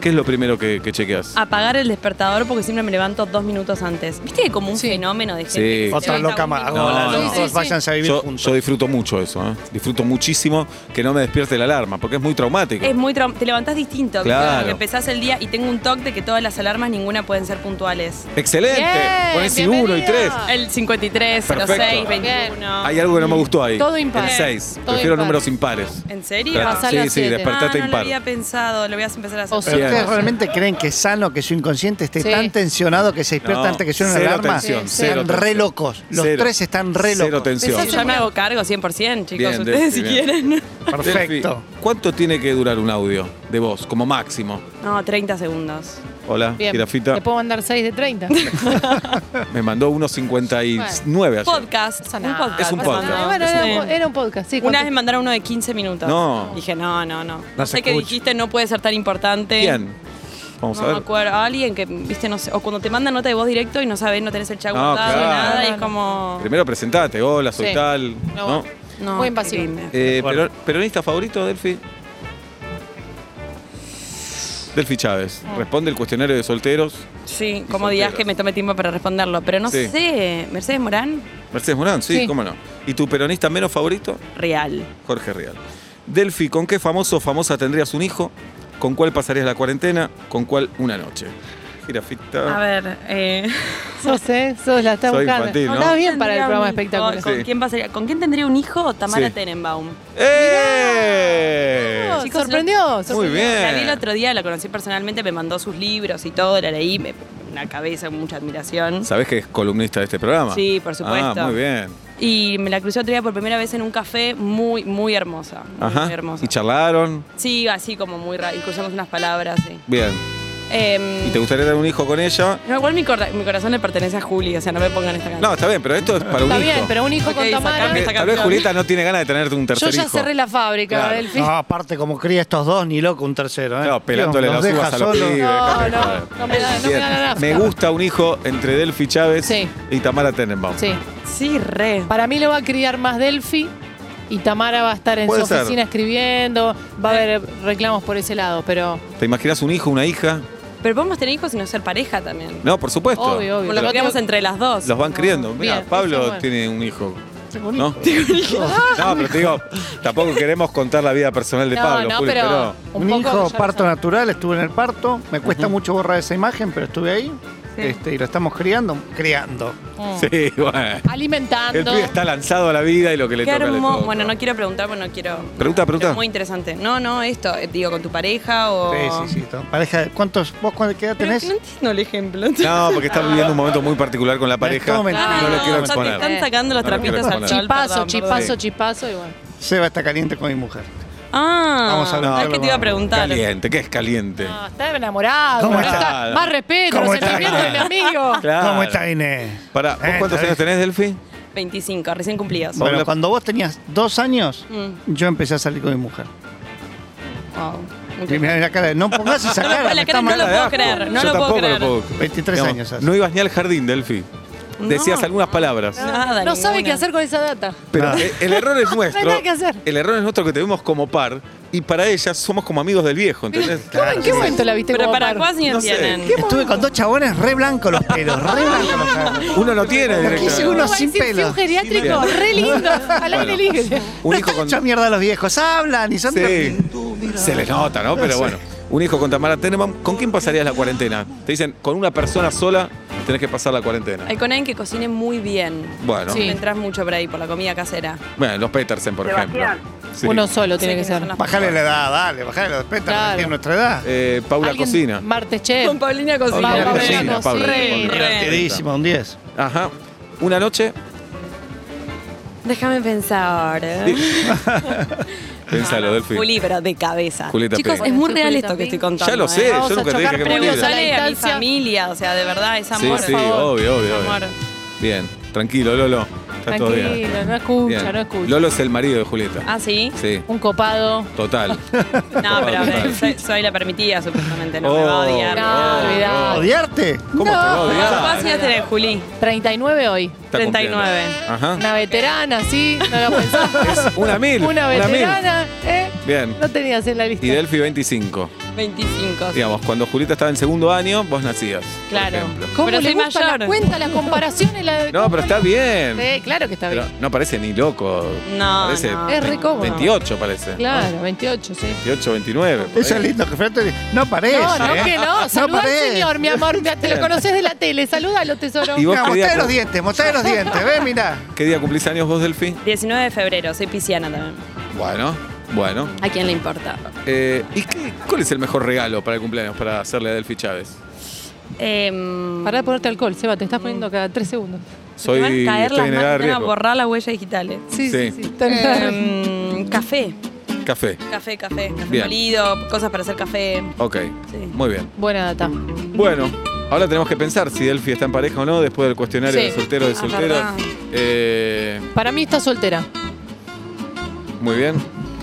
Speaker 2: ¿qué es lo primero que, que chequeas?
Speaker 3: Apagar el despertador porque siempre me levanto dos minutos antes. ¿Viste que como un
Speaker 4: Sí.
Speaker 3: fenómeno de
Speaker 2: Sí.
Speaker 3: gente? que se
Speaker 5: Otra
Speaker 3: levanta
Speaker 5: loca
Speaker 3: un
Speaker 5: más.
Speaker 3: minuto?
Speaker 2: No,
Speaker 5: Hola,
Speaker 2: no.
Speaker 5: los
Speaker 4: Sí,
Speaker 5: dos
Speaker 4: sí,
Speaker 5: váyanse a vivir
Speaker 2: Yo,
Speaker 5: juntos.
Speaker 2: yo disfruto mucho eso, ¿eh? disfruto muchísimo que no me despierte la alarma, porque es muy traumático.
Speaker 3: Es muy traum- te levantás distinto, ¿viste?
Speaker 2: Claro.
Speaker 3: Como que empezás el día y tengo un toque de que todas las alarmas ninguna pueden ser puntuales.
Speaker 2: Excelente,
Speaker 4: Bien,
Speaker 2: pones y uno y
Speaker 4: bienvenido.
Speaker 2: tres.
Speaker 3: El 53,
Speaker 2: Perfecto.
Speaker 3: 06, 21.
Speaker 2: Hay algo que no me gustó ahí.
Speaker 4: Todo impar.
Speaker 2: El seis.
Speaker 4: Todo
Speaker 2: Prefiero
Speaker 4: impar.
Speaker 2: números impares.
Speaker 3: ¿En serio?
Speaker 2: Claro,
Speaker 4: Pasalo a
Speaker 2: Sí, sí,
Speaker 4: siete.
Speaker 2: despertate
Speaker 3: ah, no lo
Speaker 2: impar.
Speaker 3: había pensado, lo voy a empezar a hacer.
Speaker 4: O
Speaker 5: ¿Pero
Speaker 2: Bien.
Speaker 5: ustedes realmente creen que es sano que su inconsciente esté
Speaker 4: Sí.
Speaker 5: tan tensionado que se despierta
Speaker 2: No,
Speaker 5: antes que suene la
Speaker 2: cero
Speaker 5: alarma?
Speaker 2: tensión,
Speaker 4: Sí,
Speaker 5: están
Speaker 2: cero
Speaker 5: re
Speaker 2: tensión.
Speaker 5: locos. Los
Speaker 2: Cero.
Speaker 5: tres están re
Speaker 2: Cero
Speaker 5: locos.
Speaker 2: tensión.
Speaker 4: Pensás
Speaker 3: Yo me hago cargo 100%, chicos,
Speaker 2: Bien,
Speaker 3: ustedes
Speaker 2: Delphi,
Speaker 3: si
Speaker 2: bien.
Speaker 3: quieren.
Speaker 5: Perfecto.
Speaker 2: Delphi, ¿Cuánto tiene que durar un audio de voz como máximo?
Speaker 3: No, 30 segundos.
Speaker 2: Hola,
Speaker 4: Bien.
Speaker 2: Girafita.
Speaker 4: Te puedo mandar 6 de 30.
Speaker 2: Me mandó 1.59 ayer.
Speaker 3: Podcast,
Speaker 4: Pasa
Speaker 3: un
Speaker 4: nada,
Speaker 3: podcast.
Speaker 2: Es un
Speaker 4: pasa
Speaker 2: podcast.
Speaker 4: nada. Bueno,
Speaker 2: Es
Speaker 4: era,
Speaker 2: un
Speaker 4: un, po- era un podcast, sí.
Speaker 3: Una
Speaker 4: cuando-
Speaker 3: vez me mandaron uno de 15 minutos.
Speaker 2: No.
Speaker 3: Dije, no, no, no.
Speaker 5: No se
Speaker 3: sé que
Speaker 5: escucha.
Speaker 3: dijiste no puede ser tan importante.
Speaker 2: Bien. Vamos
Speaker 3: no
Speaker 2: a
Speaker 3: me
Speaker 2: ver.
Speaker 3: acuerdo. Alguien que, viste, no sé. O cuando te manda nota de voz directo y no sabes, no tenés el chat
Speaker 2: No,
Speaker 3: guardado ni
Speaker 2: claro.
Speaker 3: nada. Y
Speaker 4: No,
Speaker 3: es
Speaker 4: no.
Speaker 3: como.
Speaker 2: Primero presentate, hola, soy
Speaker 4: Sí.
Speaker 2: tal.
Speaker 4: No,
Speaker 2: ¿no?
Speaker 4: bueno.
Speaker 3: No,
Speaker 4: Muy invasivo.
Speaker 3: terrible.
Speaker 2: Eh,
Speaker 5: Bueno.
Speaker 2: pero- ¿Peronista favorito, Delfi? Delfi Chávez.
Speaker 3: Ah.
Speaker 2: Responde el cuestionario de solteros.
Speaker 3: Sí,
Speaker 2: Y
Speaker 3: como digas
Speaker 2: solteros.
Speaker 3: que me tomé tiempo para responderlo. Pero no
Speaker 2: Sí.
Speaker 3: sé. Mercedes Morán,
Speaker 2: Mercedes Morán, sí,
Speaker 4: Sí.
Speaker 2: cómo no. ¿Y tu peronista menos favorito?
Speaker 3: real.
Speaker 2: Jorge Rial. Delfi, ¿con qué famoso o famosa tendrías un hijo? ¿Con cuál pasarías la cuarentena? ¿Con cuál una noche? Girafita.
Speaker 3: A ver. Eh,
Speaker 4: Sos, ¿eh? Sos la está
Speaker 2: Soy
Speaker 4: buscando.
Speaker 2: infantil, ¿no?
Speaker 4: Estás bien para el
Speaker 3: tendría
Speaker 4: programa
Speaker 3: un hijo.
Speaker 4: espectáculo.
Speaker 3: ¿Con,
Speaker 2: Sí.
Speaker 3: quién pasaría? ¿Con quién tendría un hijo? Tamara
Speaker 2: Sí.
Speaker 3: Tenenbaum.
Speaker 2: ¡Eh!
Speaker 4: Oh,
Speaker 3: Chicos,
Speaker 4: sorprendió.
Speaker 2: Muy
Speaker 4: sorprendió.
Speaker 2: bien.
Speaker 3: La vi el otro día, la conocí personalmente, me mandó sus libros y todo, la leí, me, una cabeza, mucha admiración.
Speaker 2: ¿Sabés que es columnista de este programa?
Speaker 3: Sí, por supuesto.
Speaker 2: Ah, muy bien.
Speaker 3: Y me la crucé otro día por primera vez en un café muy, muy hermosa. Muy,
Speaker 2: Ajá.
Speaker 3: muy hermosa.
Speaker 2: ¿Y charlaron?
Speaker 3: Sí, así como muy raro. Y cruzamos unas palabras, sí.
Speaker 2: Bien.
Speaker 3: Em,
Speaker 2: ¿Y te gustaría tener un hijo con ella?
Speaker 3: no, igual mi, corda- mi corazón le pertenece a Juli, o sea, no me pongan esta canción.
Speaker 2: No, está bien, pero esto es para un
Speaker 4: Está
Speaker 2: hijo.
Speaker 4: bien, pero un hijo
Speaker 3: Ok,
Speaker 4: con Tamara.
Speaker 2: Porque
Speaker 3: esta
Speaker 2: tal vez
Speaker 3: canción.
Speaker 2: Julieta no tiene ganas de tenerte un
Speaker 4: Yo
Speaker 2: tercer
Speaker 4: ya
Speaker 2: hijo.
Speaker 4: cerré la fábrica,
Speaker 2: Claro.
Speaker 4: Delfi.
Speaker 5: No, aparte, como cría estos dos, ni loco un tercero, ¿eh?
Speaker 2: No, pelándole
Speaker 5: Dios,
Speaker 2: las
Speaker 5: los
Speaker 2: uvas
Speaker 5: deja
Speaker 2: a los
Speaker 5: solos.
Speaker 2: pibes.
Speaker 4: No,
Speaker 2: déjame
Speaker 4: no,
Speaker 2: joder.
Speaker 4: no me da, no me
Speaker 2: Bien.
Speaker 4: da la nafta.
Speaker 2: Me gusta un hijo entre Delphi Chávez
Speaker 4: Sí.
Speaker 2: y Tamara Tenenbaum.
Speaker 4: Sí.
Speaker 3: Sí, re.
Speaker 4: Para mí lo va a criar más Delphi y Tamara va a estar en su
Speaker 2: Puede ser.
Speaker 4: oficina escribiendo, va a haber reclamos por ese lado, pero
Speaker 2: ¿Te imaginas un hijo, una hija?
Speaker 3: Pero podemos tener hijos y no ser pareja también.
Speaker 2: No, por supuesto.
Speaker 4: Obvio, obvio.
Speaker 3: Como lo que
Speaker 4: Pero-
Speaker 3: queremos entre las dos.
Speaker 2: Los van criando. Mira,
Speaker 4: Bien,
Speaker 2: Pablo
Speaker 4: eso es bueno.
Speaker 2: tiene un hijo.
Speaker 5: Tengo un
Speaker 2: ¿No?
Speaker 5: hijo.
Speaker 2: No, pero te digo, tampoco queremos contar la vida personal de
Speaker 4: No,
Speaker 2: Pablo,
Speaker 4: no,
Speaker 2: Juli,
Speaker 4: pero- Un
Speaker 5: Un,
Speaker 4: poco ya
Speaker 5: hijo,
Speaker 4: lo
Speaker 5: parto
Speaker 4: sabe.
Speaker 5: natural, estuve en el parto. Me cuesta mucho borrar esa imagen, pero estuve ahí.
Speaker 3: Sí.
Speaker 5: Este, y lo estamos criando. Criando.
Speaker 4: mm,
Speaker 2: Sí, bueno. El
Speaker 4: alimentando.
Speaker 2: pibe está lanzado a la vida y lo que le
Speaker 3: Qué
Speaker 2: toca le
Speaker 3: hermoso.
Speaker 2: toca.
Speaker 3: Bueno, no quiero preguntar porque no quiero.
Speaker 2: Pregunta, pregunta.
Speaker 3: Pero Muy interesante. No, no, esto, eh, digo, con tu pareja o.
Speaker 5: Sí, sí, sí. to- Pareja, de- ¿cuántos, vos cuánta qué edad
Speaker 3: Oh. Pero
Speaker 5: tenés?
Speaker 3: no entiendo el ejemplo.
Speaker 2: No, porque está viviendo un momento muy particular con la pareja.
Speaker 5: todo mentira.
Speaker 2: no lo quiero
Speaker 3: Ah, o sea, te
Speaker 2: exponer.
Speaker 4: Eh,
Speaker 3: están sacando los
Speaker 2: No lo quiero
Speaker 3: trapitos al
Speaker 2: exponer.
Speaker 3: sol.
Speaker 4: Chipazo,
Speaker 3: perdón,
Speaker 4: chipazo,
Speaker 3: perdón.
Speaker 4: chipazo y bueno.
Speaker 5: Seba está caliente con mi mujer.
Speaker 3: Ah,
Speaker 5: Vamos a hablar.
Speaker 3: Es que te iba a preguntar.
Speaker 2: Caliente, ¿qué es caliente?
Speaker 5: Ah.
Speaker 4: No, está enamorado,
Speaker 5: ¿Cómo
Speaker 4: no está?
Speaker 2: está?
Speaker 4: más respeto,
Speaker 5: ¿Cómo
Speaker 4: los
Speaker 5: está?
Speaker 4: sentimientos de mi amigo.
Speaker 2: Claro.
Speaker 5: ¿Cómo está Inés?
Speaker 2: Pará, ¿vos
Speaker 5: Eh,
Speaker 2: cuántos
Speaker 5: está
Speaker 2: años tenés, Delfi?
Speaker 3: 25, recién cumplidos.
Speaker 5: Bueno,
Speaker 2: Hola.
Speaker 5: cuando vos tenías dos años,
Speaker 3: Mm.
Speaker 5: yo empecé a salir con mi mujer.
Speaker 3: Wow. muy
Speaker 5: Y mirá la cara, de, no pongas esa
Speaker 3: No,
Speaker 5: cara.
Speaker 3: la
Speaker 5: me
Speaker 3: cara no
Speaker 5: está
Speaker 3: lo
Speaker 5: matando.
Speaker 3: puedo creer, no
Speaker 2: Yo
Speaker 3: lo puedo
Speaker 2: tampoco
Speaker 3: creer.
Speaker 2: lo puedo creer.
Speaker 5: 23
Speaker 2: Digamos,
Speaker 5: años hace.
Speaker 2: No ibas ni al jardín, Delfi.
Speaker 3: No.
Speaker 2: Decías algunas palabras.
Speaker 3: Nada,
Speaker 4: no sabe
Speaker 3: ninguna.
Speaker 4: qué hacer con esa data.
Speaker 5: Ah.
Speaker 2: Pero eh, el error es nuestro.
Speaker 4: nada que hacer.
Speaker 2: El error es nuestro que te vemos como par y para ellas somos como amigos del viejo, ¿entendés?
Speaker 4: ¿Cómo- ¿En qué momento la viste
Speaker 3: Pero
Speaker 4: como
Speaker 3: para
Speaker 4: par?
Speaker 3: cuántos años
Speaker 2: No sé,
Speaker 3: tienen.
Speaker 2: ¿qué
Speaker 5: Estuve con dos chabones re blancos los pelos, re blancos los pelos.
Speaker 2: Uno no tiene
Speaker 5: Aquí
Speaker 2: directamente.
Speaker 5: se uno
Speaker 4: Uno
Speaker 5: sin
Speaker 4: sin
Speaker 5: pelo.
Speaker 4: Un geriátrico,
Speaker 2: Sin
Speaker 4: re lindo, al aire
Speaker 2: Bueno.
Speaker 4: libre.
Speaker 2: Un hijo con.
Speaker 5: Mucha mierda a los viejos, hablan y son
Speaker 2: Sí.
Speaker 5: tan-
Speaker 2: Se les nota, ¿no? Pero bueno. Un hijo con Tamara Tenenbaum, ¿con quién pasarías la cuarentena? Te dicen, con una persona sola tenés que pasar la cuarentena.
Speaker 3: Hay con alguien que cocine muy bien.
Speaker 2: Bueno,
Speaker 4: Sí.
Speaker 3: Me entras mucho por ahí, por la comida casera.
Speaker 2: bueno los Petersen, por ejemplo. Sí.
Speaker 4: Uno solo tiene
Speaker 3: Sí,
Speaker 4: que
Speaker 3: que no
Speaker 4: ser.
Speaker 3: son las-
Speaker 5: Bajale la edad, dale, bajale la edad,
Speaker 4: Claro.
Speaker 5: respeta, tiene nuestra edad.
Speaker 2: Eh, Paula
Speaker 4: Alguien-
Speaker 2: Cocina.
Speaker 4: Martes Chef.
Speaker 3: Con Paulina cocina.
Speaker 5: Paulina
Speaker 3: muy
Speaker 5: cocina,
Speaker 3: bien.
Speaker 2: Paula.
Speaker 3: Re,
Speaker 2: Paulina.
Speaker 3: re.
Speaker 5: Queridísima, un 10.
Speaker 2: Ajá. Una noche.
Speaker 3: Déjame pensar.
Speaker 2: Pensalo, Delfi.
Speaker 3: Juli, pero de cabeza.
Speaker 2: Julieta
Speaker 3: Chicos,
Speaker 2: Pérez.
Speaker 3: es muy
Speaker 4: Bueno, soy
Speaker 3: real
Speaker 4: Julieta
Speaker 3: esto que estoy
Speaker 4: Pérez.
Speaker 3: contando.
Speaker 2: Ya lo sé,
Speaker 3: ¿eh?
Speaker 4: Vamos
Speaker 2: yo
Speaker 4: a
Speaker 2: lo que te dije
Speaker 4: chocar
Speaker 2: que
Speaker 4: premios
Speaker 2: Julieta.
Speaker 4: a
Speaker 3: Sale
Speaker 4: la
Speaker 3: a mi
Speaker 4: distancia.
Speaker 3: familia, o sea, de verdad, es
Speaker 2: Sí,
Speaker 3: amor.
Speaker 2: sí,
Speaker 4: por favor.
Speaker 2: obvio, obvio, obvio.
Speaker 3: Amor.
Speaker 2: Bien, tranquilo, Lolo. Está todo bien.
Speaker 4: Tranquilo, no escucha,
Speaker 2: Bien.
Speaker 4: no escucha.
Speaker 2: Lolo es el marido de Julieta.
Speaker 3: Ah, sí.
Speaker 2: Sí,
Speaker 4: Un copado.
Speaker 2: total.
Speaker 3: No, pero a ver,
Speaker 2: Total.
Speaker 3: soy, soy la permitida, supuestamente. No me va a odiar.
Speaker 4: No,
Speaker 2: Oh,
Speaker 4: olvidá.
Speaker 2: oh.
Speaker 5: ¿Odiarte?
Speaker 2: ¿Cómo te va a
Speaker 3: ¿Cuántos
Speaker 2: odiar?
Speaker 3: años tenés, Juli?
Speaker 4: 39 hoy.
Speaker 2: Está cumpliendo.
Speaker 3: 39.
Speaker 2: Ajá.
Speaker 4: Una veterana, sí, no lo pensás.
Speaker 2: Una mil.
Speaker 4: Una
Speaker 2: mil.
Speaker 4: veterana, ¿eh?
Speaker 2: Bien.
Speaker 4: No tenías en la lista.
Speaker 2: Y Delphi 25.
Speaker 3: 25.
Speaker 2: Digamos, cuando Julieta estaba en segundo año, vos nacías. por
Speaker 3: Claro.
Speaker 2: ejemplo.
Speaker 4: ¿Cómo
Speaker 3: Pero
Speaker 4: le
Speaker 3: soy
Speaker 4: gustan
Speaker 3: mayor.
Speaker 4: las cuentas, las comparaciones? La de-
Speaker 2: No, pero está bien.
Speaker 4: Sí, claro que está
Speaker 2: Pero
Speaker 4: bien.
Speaker 2: no parece ni loco.
Speaker 3: No,
Speaker 2: Parece
Speaker 3: no.
Speaker 4: Es re cómodo.
Speaker 2: 28 parece.
Speaker 4: Claro, 28, sí.
Speaker 2: 28, 29. por
Speaker 5: Eso
Speaker 2: ahí.
Speaker 5: es lindo, que Fernando No parece.
Speaker 4: No, no,
Speaker 5: ¿eh?
Speaker 4: que no. Saluda al
Speaker 5: parece.
Speaker 4: señor, mi amor. Mira, Te lo conoces de la tele. Salúdalo, tesoro.
Speaker 2: Y vos- querías-
Speaker 5: Mira, mostrá los dientes, mostrá los dientes, ve, mirá.
Speaker 2: ¿Qué día cumplís años vos, Delphi?
Speaker 3: 19 de febrero, soy pisciana también.
Speaker 2: Bueno, bueno.
Speaker 3: ¿A quién le importa?
Speaker 2: Eh, ¿Y qué- cuál es el mejor regalo para el cumpleaños para hacerle a Delphi Chávez?
Speaker 3: Em,
Speaker 4: Pará de ponerte alcohol, Seba. Te
Speaker 2: Mm.
Speaker 4: estás poniendo cada tres segundos.
Speaker 3: se te
Speaker 2: Soy.
Speaker 3: van a caer
Speaker 2: estoy
Speaker 3: las
Speaker 2: en edad de
Speaker 3: manos, van a
Speaker 2: riesgo.
Speaker 3: borrar las huellas digitales.
Speaker 4: Sí, sí,
Speaker 2: Sí.
Speaker 4: sí. Está bien.
Speaker 3: Em, café,
Speaker 2: Café.
Speaker 3: café, café, café
Speaker 2: Bien.
Speaker 3: molido, cosas para hacer café.
Speaker 2: Ok.
Speaker 3: Sí.
Speaker 2: Muy bien.
Speaker 4: Buena data.
Speaker 2: Bueno, ahora tenemos que pensar si Delphi está en pareja o no después del cuestionario
Speaker 4: Sí.
Speaker 2: de soltero de
Speaker 3: Ah,
Speaker 2: soltero.
Speaker 3: verdad.
Speaker 2: Eh,
Speaker 4: Para mí está soltera.
Speaker 2: muy bien.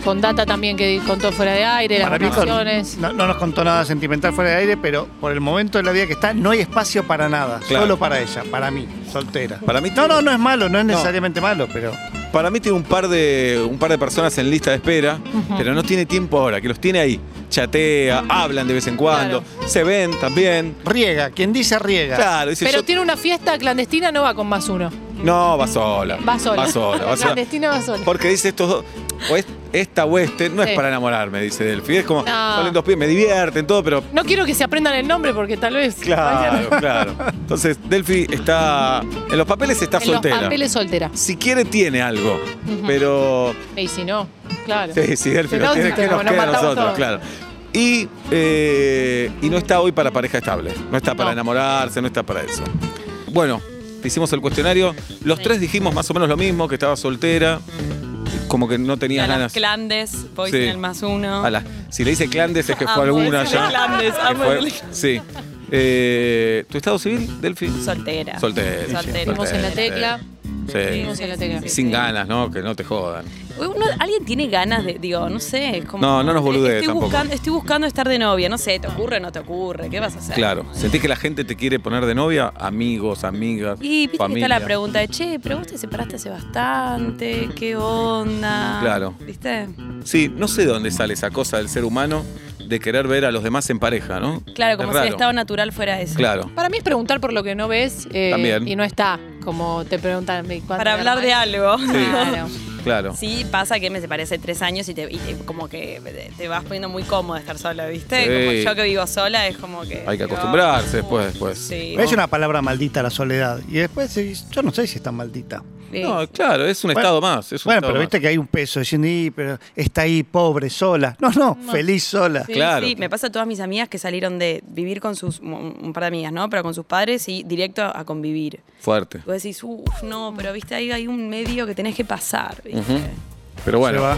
Speaker 4: con Data también que contó fuera de aire, las
Speaker 5: Para mí, con-
Speaker 4: vacaciones.
Speaker 5: no, no nos contó nada sentimental fuera de aire, pero por el momento de la vida que está, no hay espacio para nada.
Speaker 2: Claro.
Speaker 5: Solo para ella, para mí, soltera.
Speaker 2: Para mí
Speaker 5: No,
Speaker 2: tiene-
Speaker 5: no, no es malo, no es
Speaker 2: No.
Speaker 5: necesariamente malo, pero.
Speaker 2: Para mí tiene un par de un par de personas en lista de espera, pero no tiene tiempo ahora, que los tiene ahí. Chatea, hablan de vez en cuando, se ven también.
Speaker 5: Riega, quien dice riega.
Speaker 2: Claro, dice
Speaker 4: Pero
Speaker 2: yo-
Speaker 4: tiene una fiesta clandestina, no va con más uno.
Speaker 2: No, va sola.
Speaker 4: Va sola.
Speaker 2: Va sola, va sola.
Speaker 4: Clandestina va sola.
Speaker 2: Porque dice estos dos, o es- esta o este, no es
Speaker 4: Sí.
Speaker 2: para enamorarme, dice Delphi. Es como,
Speaker 4: No.
Speaker 2: son lindos pies, me divierten, todo, pero
Speaker 4: No quiero que se aprendan el nombre porque tal vez.
Speaker 2: Claro,
Speaker 4: vayan-
Speaker 2: claro. Entonces, Delphi está. En los papeles está
Speaker 4: En los
Speaker 2: soltera.
Speaker 4: papeles soltera.
Speaker 2: Si quiere, tiene algo. Pero.
Speaker 4: Y si no, claro.
Speaker 2: Sí, sí, Delphi
Speaker 4: Pero
Speaker 2: lo tiene,
Speaker 4: no,
Speaker 2: que nos
Speaker 4: nos
Speaker 2: queda a
Speaker 4: matamos
Speaker 2: nosotros,
Speaker 4: todos.
Speaker 2: claro. Y, eh, y no está hoy para pareja estable. No está para
Speaker 4: No.
Speaker 2: enamorarse, no está para eso. Bueno, te hicimos el cuestionario. Los tres dijimos más o menos lo mismo, que estaba soltera, como que no tenía
Speaker 3: A las
Speaker 2: ganas.
Speaker 3: Clandes, voy
Speaker 2: Sí.
Speaker 3: en el más uno.
Speaker 2: A la- si le dice clandes es que fue
Speaker 3: Amo
Speaker 2: alguna
Speaker 3: ese
Speaker 2: ya.
Speaker 3: Clandes,
Speaker 2: Que
Speaker 3: amo
Speaker 2: fue-
Speaker 3: el-
Speaker 2: sí. Eh, ¿Tu estado civil, Delphi?
Speaker 3: Soltera.
Speaker 2: Soltera.
Speaker 3: Soltera.
Speaker 4: Vimos en la tecla.
Speaker 2: Sí.
Speaker 4: Vimos en la tecla.
Speaker 2: Y sin ganas, ¿no? Que no te jodan.
Speaker 3: Uy, uno- Alguien tiene ganas de, digo, no sé, es como.
Speaker 2: No, no nos boludees
Speaker 3: estoy
Speaker 2: tampoco.
Speaker 3: Buscando, estoy buscando estar de novia, no sé, ¿te ocurre o no te ocurre? ¿Qué vas a hacer?
Speaker 2: Claro. ¿Sentís que la gente te quiere poner de novia? Amigos, amigas,
Speaker 3: Y viste
Speaker 2: familia.
Speaker 3: que está la pregunta de, che, pero vos te separaste hace bastante, ¿qué onda?
Speaker 2: Claro.
Speaker 3: ¿Viste?
Speaker 2: Sí, no sé de dónde sale esa cosa del ser humano de querer ver a los demás en pareja, ¿no?
Speaker 3: Claro,
Speaker 2: Es
Speaker 3: como si
Speaker 2: raro.
Speaker 3: el estado natural fuera eso.
Speaker 2: Claro.
Speaker 4: Para mí es preguntar por lo que no ves eh,
Speaker 2: También.
Speaker 4: y no está, como te preguntan.
Speaker 3: Para hablar de algo.
Speaker 2: Sí.
Speaker 4: Claro.
Speaker 2: Claro.
Speaker 3: Sí, pasa que me separé hace tres años y, te, y te- como que te- te vas poniendo muy cómodo de estar sola, ¿viste?
Speaker 2: Sí.
Speaker 3: Como yo que vivo sola es como que.
Speaker 2: Hay que
Speaker 3: digo,
Speaker 2: acostumbrarse
Speaker 3: uh,
Speaker 2: después, después.
Speaker 3: Sí.
Speaker 5: Es una palabra maldita la soledad. Y después, eh, yo no sé si es tan maldita.
Speaker 3: Sí.
Speaker 2: No, claro, es un
Speaker 5: Bueno,
Speaker 2: estado más. es un
Speaker 5: Bueno,
Speaker 2: estado
Speaker 5: pero
Speaker 2: más.
Speaker 5: viste que hay un peso diciendo, "Y, pero está ahí pobre, sola. No, no, feliz sola.
Speaker 3: Sí,
Speaker 2: Claro.
Speaker 3: sí, me pasa a todas mis amigas que salieron de vivir con sus, un un par de amigas, ¿no? Pero con sus padres y directo a convivir.
Speaker 2: Fuerte.
Speaker 3: Y Vos decís, uff, no, pero viste, ahí hay un medio que tenés que pasar. ¿viste?
Speaker 2: Ujú. Pero
Speaker 5: Se
Speaker 2: bueno.
Speaker 5: va.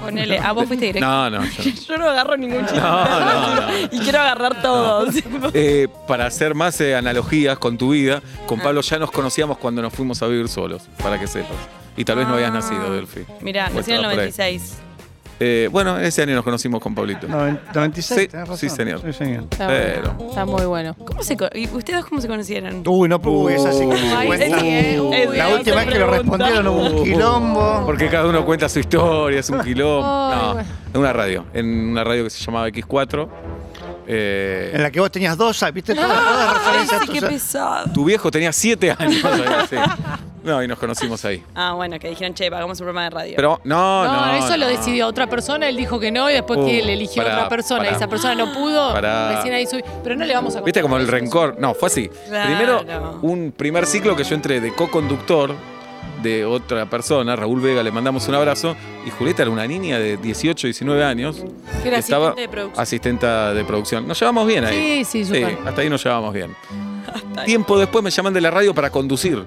Speaker 3: Ponele, ah, vos fuiste directo.
Speaker 2: No, no. yo no.
Speaker 3: Yo no agarro ningún chiste.
Speaker 2: No, no, no.
Speaker 3: Y quiero agarrar todos.
Speaker 2: Eh, para hacer más eh, analogías con tu vida, con Pablo ya nos conocíamos cuando nos fuimos a vivir solos, para que sepas. Y tal vez no habías nacido, Delphi.
Speaker 3: Mirá,
Speaker 2: O
Speaker 3: nací en el
Speaker 2: estabas por ahí.
Speaker 3: 96.
Speaker 2: Eh, bueno, ese año nos conocimos con Pablito.
Speaker 5: Noven- 96,
Speaker 2: Sí,
Speaker 5: tenés razón.
Speaker 2: sí, señor.
Speaker 4: Está,
Speaker 2: Pero-
Speaker 4: bueno. Está muy bueno.
Speaker 3: ¿Cómo se co- ¿Y ustedes cómo se conocieron?
Speaker 5: Uy, no pude, esa sí que se
Speaker 4: Ay,
Speaker 5: cuenta.
Speaker 4: sí, eh. Uy,
Speaker 5: La
Speaker 4: no
Speaker 5: última
Speaker 4: te
Speaker 5: vez que lo
Speaker 3: pregunta.
Speaker 5: respondieron hubo
Speaker 2: Uh,
Speaker 5: un quilombo.
Speaker 2: Porque cada uno cuenta su historia, es un quilombo.
Speaker 4: Ay,
Speaker 2: No,
Speaker 4: bueno.
Speaker 2: en una radio, en una radio que se llamaba X4. Eh,
Speaker 5: En la que vos tenías dos, ¿viste? Todas, todas
Speaker 3: Ay,
Speaker 5: referencias
Speaker 3: sí, qué
Speaker 5: tuyas.
Speaker 3: pesado.
Speaker 2: tu viejo tenía siete años. sí. No, y nos conocimos ahí.
Speaker 3: Ah, bueno, que dijeron, che, pagamos un programa de radio.
Speaker 2: Pero no,
Speaker 4: No,
Speaker 2: Oh, no.
Speaker 4: eso lo
Speaker 2: no.
Speaker 4: decidió otra persona, él dijo que no y después
Speaker 2: Uh,
Speaker 4: que él eligió
Speaker 2: pará,
Speaker 4: a otra persona
Speaker 2: pará.
Speaker 4: y esa persona no pudo,
Speaker 2: Pará.
Speaker 4: recién ahí subí. Pero no le vamos a contar.
Speaker 2: Viste como el rencor. No, fue así.
Speaker 3: Claro.
Speaker 2: Primero, un primer ciclo que yo entré de co-conductor de otra persona, Raúl Vega, le mandamos un abrazo. Y Julieta era una niña de 18, 19 años.
Speaker 4: Que era
Speaker 2: estaba
Speaker 4: asistente de producción.
Speaker 2: asistenta de producción. Nos llevamos bien ahí.
Speaker 4: Sí, sí, súper.
Speaker 2: hasta ahí nos llevamos bien. Tiempo después me llaman de la radio para conducir.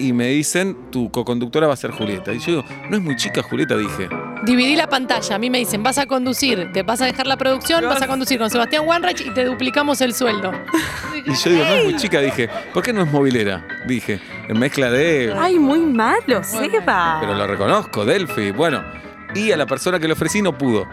Speaker 2: Y me dicen, tu co-conductora va a ser Julieta. Y yo digo, no es muy chica Julieta, dije.
Speaker 4: Dividí la pantalla, a mí me dicen, vas a conducir, te vas a dejar la producción, vas a conducir con Sebastián Wanreich y te duplicamos el sueldo.
Speaker 2: Y yo digo, no es muy chica, dije. ¿Por qué no es movilera? Dije, en mezcla de...
Speaker 3: Ay, muy malo, Seba.
Speaker 2: Pero lo reconozco, Delphi. Bueno, y a la persona que le ofrecí no pudo.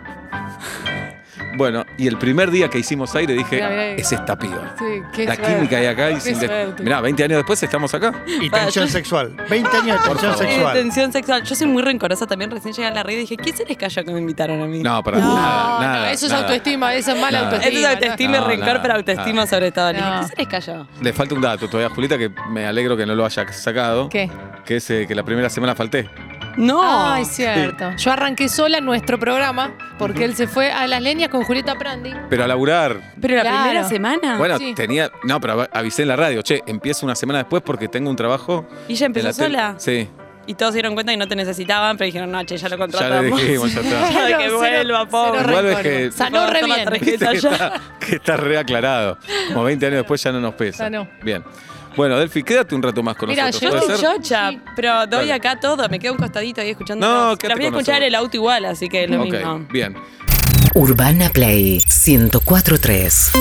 Speaker 2: Bueno, y el primer día que hicimos aire dije,
Speaker 4: Mirá, mirá.
Speaker 2: es esta piba.
Speaker 4: Sí, qué
Speaker 2: La
Speaker 4: suerte.
Speaker 2: química hay acá y
Speaker 4: Qué
Speaker 2: sin... de-
Speaker 4: suerte.
Speaker 2: Mirá, 20 años después estamos acá.
Speaker 5: Y tensión sexual. 20 años de
Speaker 2: Por
Speaker 5: tensión
Speaker 2: favor.
Speaker 3: Eh,
Speaker 5: sexual.
Speaker 3: tensión sexual. Yo soy muy rencorosa también. Recién llegué a la red y dije, ¿quién se les cayó que me invitaron a mí?
Speaker 2: No, para
Speaker 4: No,
Speaker 2: nada,
Speaker 4: no,
Speaker 2: nada,
Speaker 4: eso es
Speaker 2: nada.
Speaker 4: autoestima, eso es mala
Speaker 2: Nada.
Speaker 3: Esto
Speaker 4: autoestima.
Speaker 3: es autoestima, y
Speaker 2: No,
Speaker 3: rencor,
Speaker 2: nada,
Speaker 3: pero autoestima
Speaker 2: nada.
Speaker 3: sobre todo. Le dije,
Speaker 4: No.
Speaker 3: ¿Quién se les cayó?
Speaker 2: Le falta un dato todavía, Julita, que me alegro que no lo haya sacado.
Speaker 4: ¿Qué?
Speaker 2: Que es eh, que la primera semana falté.
Speaker 3: No.
Speaker 4: Ay, cierto. Yo arranqué sola nuestro programa porque él se fue a las leñas con Julieta Prandi.
Speaker 2: Pero a laburar.
Speaker 3: Pero la
Speaker 4: Claro.
Speaker 3: primera semana.
Speaker 2: bueno,
Speaker 4: Ah, sí.
Speaker 2: tenía. No, pero av- avisé en la radio. Che, empiezo una semana después porque tengo un trabajo.
Speaker 3: ¿Y ella
Speaker 2: en la
Speaker 3: empezó
Speaker 2: tele".
Speaker 3: sola?
Speaker 2: Sí.
Speaker 3: Y todos se dieron cuenta que no te necesitaban, pero dijeron, no, che, ya lo
Speaker 2: Ya le
Speaker 3: contratamos.
Speaker 2: dijimos, ya está.
Speaker 3: Ay, que
Speaker 4: Cero,
Speaker 3: vuelva,
Speaker 4: cero,
Speaker 3: pobre.
Speaker 4: cero
Speaker 2: Igual ves
Speaker 4: rencor.
Speaker 2: que-
Speaker 4: Sanó re
Speaker 3: Toma
Speaker 4: bien.
Speaker 3: tarjeta.
Speaker 2: Viste
Speaker 3: Está
Speaker 2: que
Speaker 3: ya.
Speaker 2: está, que está reaclarado. Como 20 años después ya no nos pesa.
Speaker 4: Ya no.
Speaker 2: Bien. Bueno, Delphi, quédate un rato más con
Speaker 4: Mira,
Speaker 2: nosotros.
Speaker 4: yo
Speaker 3: Yo
Speaker 2: ¿puede
Speaker 3: estoy
Speaker 2: ser?
Speaker 3: chocha, pero doy
Speaker 2: Dale.
Speaker 3: acá todo. Me quedo un costadito ahí escuchando.
Speaker 2: No,
Speaker 3: Las
Speaker 2: quédate
Speaker 3: voy a
Speaker 2: con
Speaker 3: escuchar
Speaker 2: nosotros.
Speaker 3: el auto igual, así que es lo
Speaker 2: Ok,
Speaker 3: mismo.
Speaker 2: bien.
Speaker 1: Urbana Play 1043.